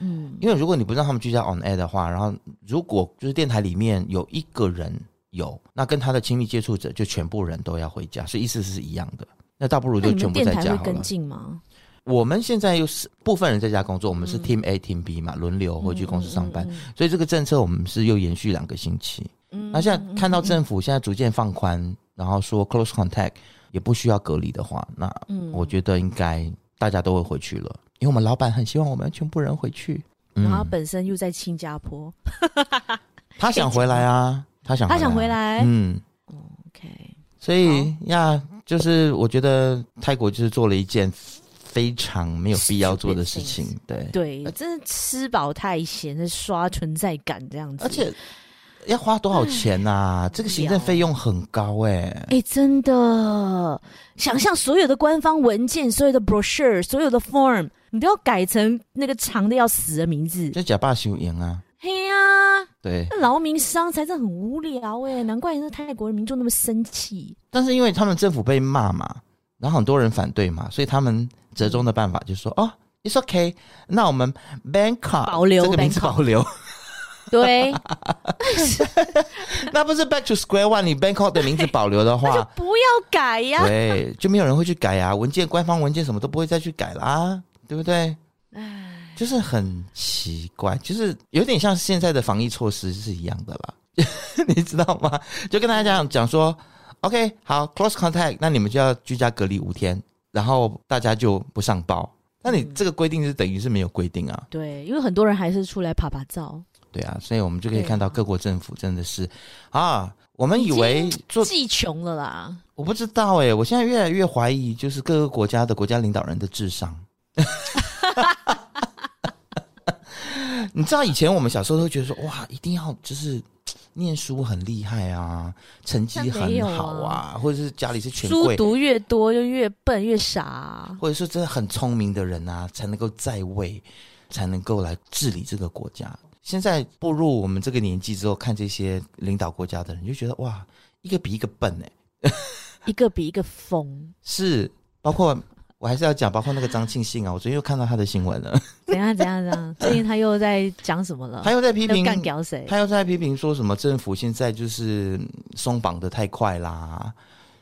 S1: 嗯，
S3: 因为如果你不让他们居家 on air 的话，然后如果就是电台里面有一个人有，那跟他的亲密接触者就全部人都要回家，所以意思是一样的。那倒不如
S1: 那
S3: 就
S1: 你
S3: 全
S1: 们
S3: 部
S1: 电
S3: 在
S1: 台
S3: 家
S1: 会
S3: 好
S1: 跟
S3: 了。
S1: 进吗？
S3: 我们现在又是部分人在家工作，我们是
S1: 嗯
S3: team A、team B 嘛，轮流回去公司上班，
S1: 嗯，
S3: 所以这个政策我们是又延续两个星期。
S1: 嗯
S3: 那现在看到，政府现在逐渐放宽，然后说 close contact 也不需要隔离的话，那
S1: 嗯
S3: 我觉得应该大家都会回去了，因为我们老板很希望我们全部人回去。
S1: 得然后他
S3: 嗯，
S1: 本身又在新加坡，
S3: 他想回来啊，他想
S1: 他想回
S3: 啊。
S1: 来
S3: 嗯，
S1: ，OK，
S3: 所以呀，就是我觉得泰国就是做了一件非常没有必要做的事
S1: Stupid
S3: 情。对，
S1: 对
S3: 呃，
S1: 真的吃饱太闲，是刷存在感这样子。
S3: 而且要花多少钱呐、这个行政费用很高哎、
S1: 哎、真的，想象所有的官方文件、所有的 brochure、所有的 form，你都要改成那个长的要死的名字。
S3: 就假霸修营啊，
S1: 嘿呀、
S3: 对。
S1: 那劳民伤财，真的很无聊哎，难怪那泰国的民众那么生气。
S3: 但是因为他们政府被骂嘛，然后很多人反对嘛，所以他们折中的办法就说哦。It's okay，那我们 Bangkok
S1: 嗯保留
S3: 这个名字
S1: Bangkok
S3: 保留， [LAUGHS]
S1: 对，
S3: 那不是 Back to Square One？你 Bangkok 的名字保留的
S1: [LAUGHS] 那就
S3: 话，
S1: [LAUGHS] 不要改呀、
S3: 对，就没有人会去改啊，文件官方文件什么都不会再去改啦，对不对？就是很奇怪，就是有点像现在的防疫措施是一样的啦， [LAUGHS] 你知道吗？就跟大家讲讲说，OK，好，close contact，那你们就要居家隔离五天，然后大家就不上报。
S1: 嗯
S3: 那你这个规定是等于是没有规定啊，
S1: 对，因为很多人还是出来爬爬照，
S3: 对啊，所以我们就可以
S1: 对啊
S3: 看到各国政府真的是啊，我们以为做
S1: 记穷了啦。
S3: 我不知道哎、我现在越来越怀疑，就是各个国家的国家领导人的智商。 [LAUGHS] 你知道以前我们小时候都会觉得说，哇，一定要就是嘖念书很厉害啊，成绩
S1: 但没
S3: 很
S1: 有
S3: 好啊，或者是家里是权
S1: 书
S3: 贵，
S1: 读越多就越笨越傻啊、
S3: 或者是真的很聪明的人啊，才能够在位，才能够来治理这个国家。现在步入我们这个年纪之后，看这些领导国家的人，就觉得哇，一个比一个笨哎、
S1: 一个比一个疯。
S3: 是，包括我还是要讲，包括那个张庆幸啊，我昨天又看到他的新闻了，
S1: 怎样怎样怎
S3: [LAUGHS]
S1: 样？最近他又在讲什么了？
S3: 他又在批
S1: 要
S3: 评，
S1: 干掉谁？
S3: 他又在批评说什么政府现在就是嗯松绑的太快啦。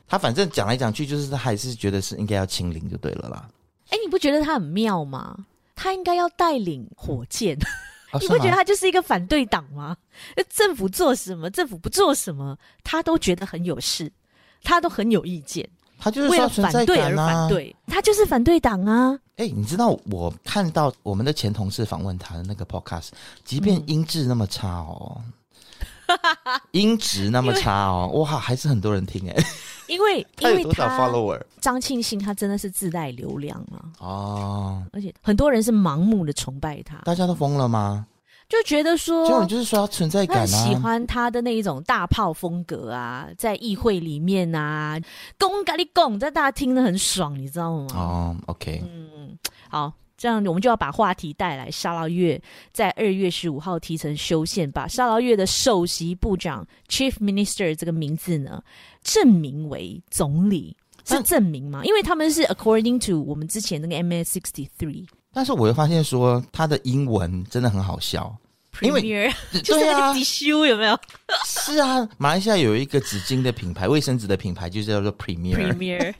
S3: 他反正讲来讲去，就是他还是觉得是应该要清零就对了啦。
S1: 哎、你不觉得他很妙吗？他应该要带领火箭，
S3: 哦
S1: 你
S3: 是
S1: 不
S3: 吗
S1: 觉得他就是一个反对党吗？ [LAUGHS] 那政府做什么，政府不做什么，他都觉得很有事，他都很有意见，
S3: 他就是
S1: 为
S3: 说
S1: 了
S3: 存
S1: 反
S3: 在
S1: 对
S3: 感
S1: 而
S3: 啊
S1: 反？对，他就是反对党啊！
S3: 哎、你知道我看到我们的前同事访问他的那个 podcast，即便音质那么差
S1: [LAUGHS]
S3: 哦，音质那么差哦，哇，还是很多人听哎、
S1: 因为
S3: 他 [LAUGHS]
S1: 因为
S3: 有多少
S1: 他
S3: follower
S1: 张庆幸他真的是自带流量啊，
S3: 哦？
S1: 而且很多人是盲目的崇拜他，
S3: 大家都疯了吗？
S1: 就觉得说
S3: 就你就是说要存在
S1: 他
S3: 感
S1: 很喜
S3: 啊，
S1: 欢他的那一种大炮风格啊，在议会里面啊，公咖喱拱，在大家听得很爽，你知道吗？
S3: 哦，OK，
S1: 嗯，好，这样我们就要把话题带来沙捞越在二月十五号提成修宪，把沙捞越的首席部长 （Chief Minister） 这个名字呢，证明为总理。是
S3: 但
S1: 证明吗？因为他们是 according to 我们之前那个 MS sixty three
S3: 但是我又发现说他的英文真的很好笑，因为
S1: premier，就是
S3: 对
S1: 那
S3: 啊
S1: 个，底修有没有
S3: 是啊，马来西亚有一个纸巾的品牌，卫生纸的品牌就叫做 Premier，
S1: Premier，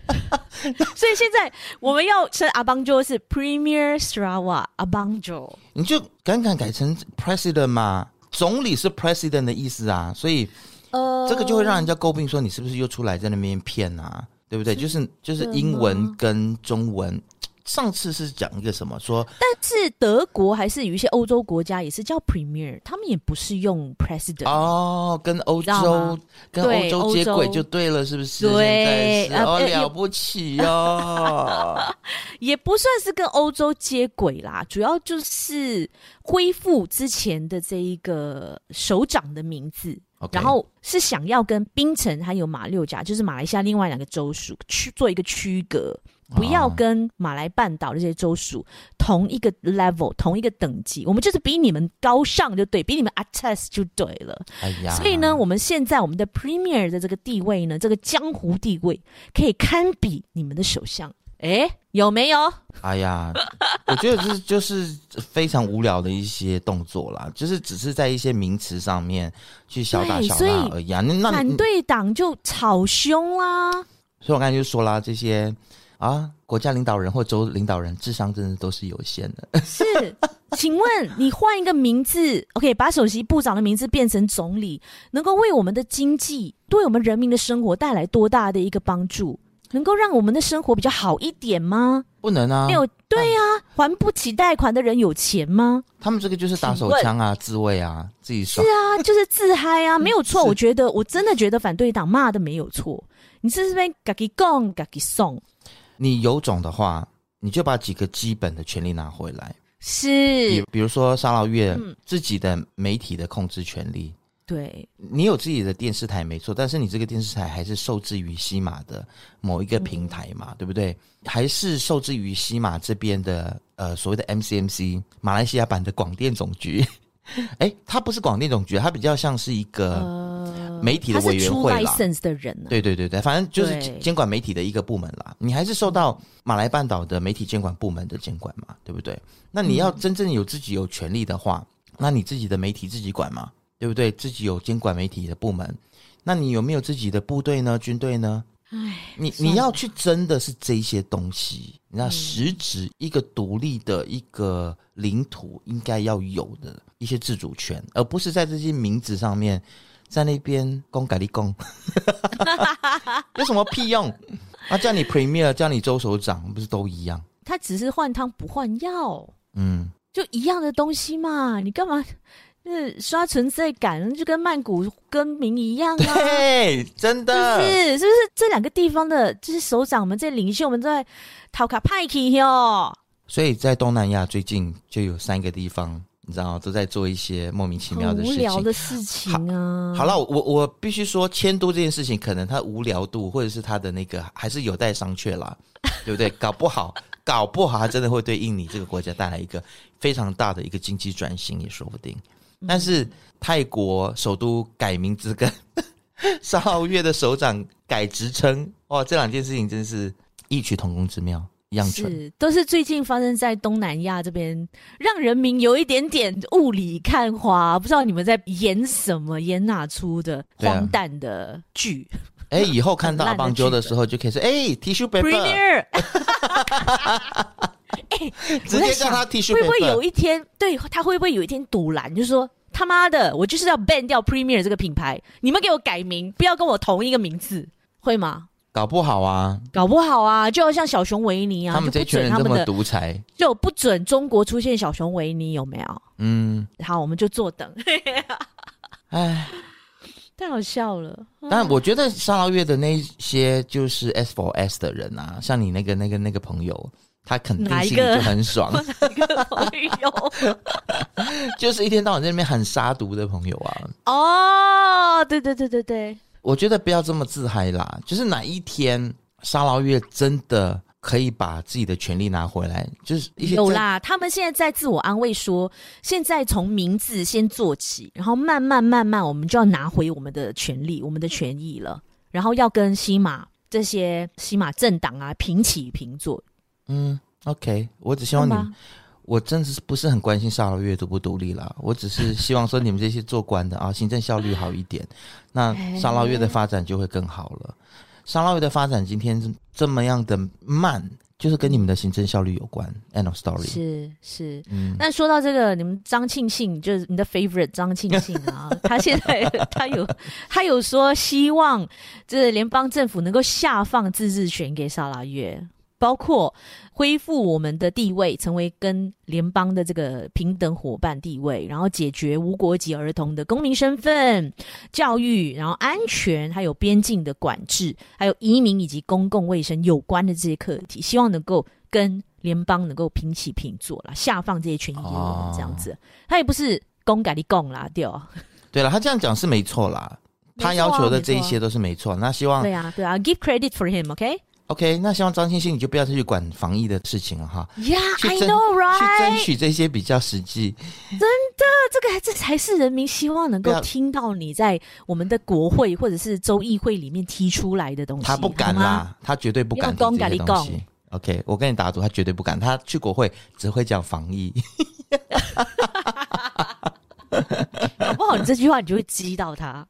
S1: 所以现在我们要称阿邦州是 Premier Sarawak 阿邦州，
S3: 你就敢敢改成 President 嘛，总理是 President 的意思啊，所以
S1: 呃
S3: 这个就会让人家诟病说你是不是又出来在那边骗啊，对不对？就是就是英文跟中文，上次是讲一个什么说
S1: 但是德国还是有一些欧洲国家也是叫 Premier，他们也不是用 President，、
S3: 哦，跟欧
S1: 知道吗
S3: 洲跟欧
S1: 对
S3: 洲接轨
S1: 欧洲
S3: 就对了，是不是？
S1: 对
S3: 现在是哦，
S1: 呃
S3: 了不起
S1: [LAUGHS]
S3: 哦，
S1: 也不算是跟欧洲接轨啦，主要就是恢复之前的这一个首长的名字。
S3: OK
S1: 然后是想要跟槟城还有马六甲，就是马来西亚另外两个州属去做一个区隔，不要
S3: 哦
S1: 跟马来半岛这些州属同一个 level、同一个等级，我们就是比你们高尚就对，比你们 attest 就对了。
S3: 哎呀，
S1: 所以呢，我们现在我们的 premier 的这个地位呢，这个江湖地位可以堪比你们的首相。诶，有没有？
S3: 哎呀，我觉得这就是非常无聊的一些动作啦，就是只是在一些名词上面去小打
S1: 对
S3: 小
S1: 所以
S3: 闹而已啊。那那
S1: 反
S3: 你，
S1: 对党就吵凶啦。
S3: 所以我刚才就说啦，这些啊，国家领导人或州领导人智商真的都是有限的。 [LAUGHS]
S1: 是，请问你换一个名字，OK，把首席部长的名字变成总理，能够为我们的经济、对我们人民的生活带来多大的一个帮助？能够让我们的生活比较好一点吗？
S3: 不能啊
S1: 没，有，对呀、还不起贷款的人有钱吗？
S3: 他们这个就是打手枪啊，自卫啊，自己爽。
S1: 啊， [LAUGHS] 就是自嗨啊，没有错。
S3: 嗯是
S1: 我觉得，我真的觉得反对党骂的没有错。你这是被嘎给供嘎给送，
S3: 你有种的话，你就把几个基本的权利拿回来，比
S1: 是，
S3: 比如说沙捞越、
S1: 嗯
S3: 自己的媒体的控制权利，
S1: 对，
S3: 你有自己的电视台没错，但是你这个电视台还是受制于西马的某一个平台
S1: 嗯
S3: 嘛，对不对？还是受制于西马这边的呃所谓的 MCMC 马来西亚版的广电总局。 [LAUGHS] 哎，它不是广电总局，它比较像是一个
S1: 呃，
S3: 媒体
S1: 他
S3: 的委
S1: 是
S3: 员
S1: 出
S3: 会啦。
S1: license 的人、啊，
S3: 对对对对，反正就是
S1: 对
S3: 监管媒体的一个部门啦。你还是受到马来半岛的媒体监管部门的监管嘛，对不对？那你要真正有自己有权利的话，那你自己的媒体自己管嘛，对不对？自己有监管媒体的部门，那你有没有自己的部队呢？军队呢？
S1: 唉，
S3: 你
S1: 算
S3: 你要
S1: 了
S3: 去争的是这些东西，那
S1: 嗯
S3: 实质一个独立的一个领土应该要有的一些自主权，而不是在这些名字上面在那边公改立公， [LAUGHS] 有什么屁用？啊，叫你 Premier，叫你州首长，不是都一样？
S1: 他只是换汤不换药，
S3: 嗯，
S1: 就一样的东西嘛，你干嘛？就是刷存在感，就跟曼谷更名一样啊，
S3: 对，真的，
S1: 是是不是这两个地方的，就是首长们、这些领袖们都在讨卡派去哟？
S3: 所以在东南亚最近就有三个地方，你知道都在做一些莫名其妙
S1: 很
S3: 的
S1: 无
S3: 事
S1: 聊
S3: 情。
S1: 的事情啊！
S3: 好，了，我我必须说，迁都这件事情，可能它无聊度或者是它的那个还是有待商榷
S1: [LAUGHS]
S3: 啦，对不对？搞不好，搞不好它真的会对印尼这个国家带来一个非常大的一个经济转型，也说不定。
S1: 嗯
S3: 但是泰国首都改名字跟 [LAUGHS] 沙捞越的首长改职称，哇，这两件事情真是异曲同工之妙，一样蠢。
S1: 是都是最近发生在东南亚这边，让人民有一点点雾里看花，不知道你们在演什么，演哪出的
S3: 对啊
S1: 荒诞的剧、
S3: 哎，以后看到阿
S1: 很烂的
S3: 邦鸠的
S1: 剧
S3: 时候，就可以说，哎，tissue
S1: p r e m i e
S3: paper， [LAUGHS]
S1: r 哎
S3: 直
S1: 我在
S3: 接叫
S1: 想
S3: 他 tissue
S1: 会不会有
S3: paper。
S1: 一天，对他会不会有一天堵拦，就说他妈的，我就是要 ban 掉 Premier 这个品牌，你们给我改名，不要跟我同一个名字，会吗？
S3: 搞不好啊，
S1: 搞不好啊，就好像小熊维尼啊，
S3: 他们
S1: 就
S3: 这
S1: 不
S3: 群
S1: 准
S3: 人
S1: 他
S3: 这
S1: 们
S3: 么
S1: 的，
S3: 独裁，
S1: 就不准中国出现小熊维尼，有没有？
S3: 嗯，
S1: 好，我们就坐等， [LAUGHS]
S3: 哎，
S1: 太好笑 [LAUGHS] 了。
S3: 但我觉得沙捞越的那些就是 S for S 的人啊，像你那个那个那个朋友，他肯定
S1: 哪一
S3: 心
S1: 个
S3: 里就很爽，
S1: [LAUGHS] 哎呦，
S3: 就是一天到晚在那边很杀毒的朋友啊。
S1: 哦，对对对对对，
S3: 我觉得不要这么自嗨啦，就是哪一天沙捞越真的可以把自己的权利拿回来，就是一些
S1: 有
S3: 真，
S1: 啦，他们现在在自我安慰说，现在从名字先做起，然后慢慢慢慢，我们就要拿回我们的权利、我们的权益了，然后要跟西马这些西马政党啊平起平坐。
S3: 嗯，OK，我只希望你
S1: 干
S3: 们
S1: 嘛，
S3: 我真的是不是很关心沙捞越独不独立啦，我只是希望说你们这些做官的啊， [LAUGHS] 行政效率好一点，那沙捞越的发展就会更好了。沙捞越的发展今天这么样的慢，就是跟你们的行政效率有关。End of story。
S1: 是是。
S3: 嗯，
S1: 那说到这个，你们张庆幸就是你的 favorite 张庆幸啊，他现在 [LAUGHS] 他有他有说希望这联邦政府能够下放自治权给沙拉越，包括恢复我们的地位，成为跟联邦的这个平等伙伴地位，然后解决无国籍儿童的公民身份、教育，然后安全，还有边境的管制，还有移民以及公共卫生有关的这些课题，希望能够跟联邦能够平起平坐啦，下放这些权益给我们这样子。他也不是公改的公啦，对哦，
S3: 对了，他这样讲是没错啦，他要求的这一些都是没错。啊那希望
S1: 对啊，对啊，give credit for him，OK？、
S3: OK，那希望张庆信你就不要再去管防疫的事情了哈，
S1: Yeah,
S3: 去
S1: I
S3: 争
S1: know,
S3: 去
S1: right？
S3: 争取这些比较实际。
S1: 这个这才是人民希望能
S3: 对
S1: 够
S3: 啊
S1: 听到你在我们的国会或者是州议会里面提出来的东西。
S3: 他不敢
S1: 好吗，
S3: 啦，他绝对不敢
S1: 你有
S3: 提
S1: 讲
S3: 这些
S1: 跟你
S3: 东
S1: 讲
S3: 西。OK，我跟你打赌，他绝对不敢。他去国会只会讲防疫，
S1: 搞不好哦你这句话你就会激到他。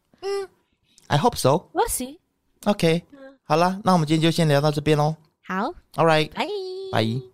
S3: I hope so。
S1: 我行，
S3: OK，好啦，那我们今天就先聊到这边喽。
S1: 好，
S3: All right，
S1: 拜。
S3: 拜。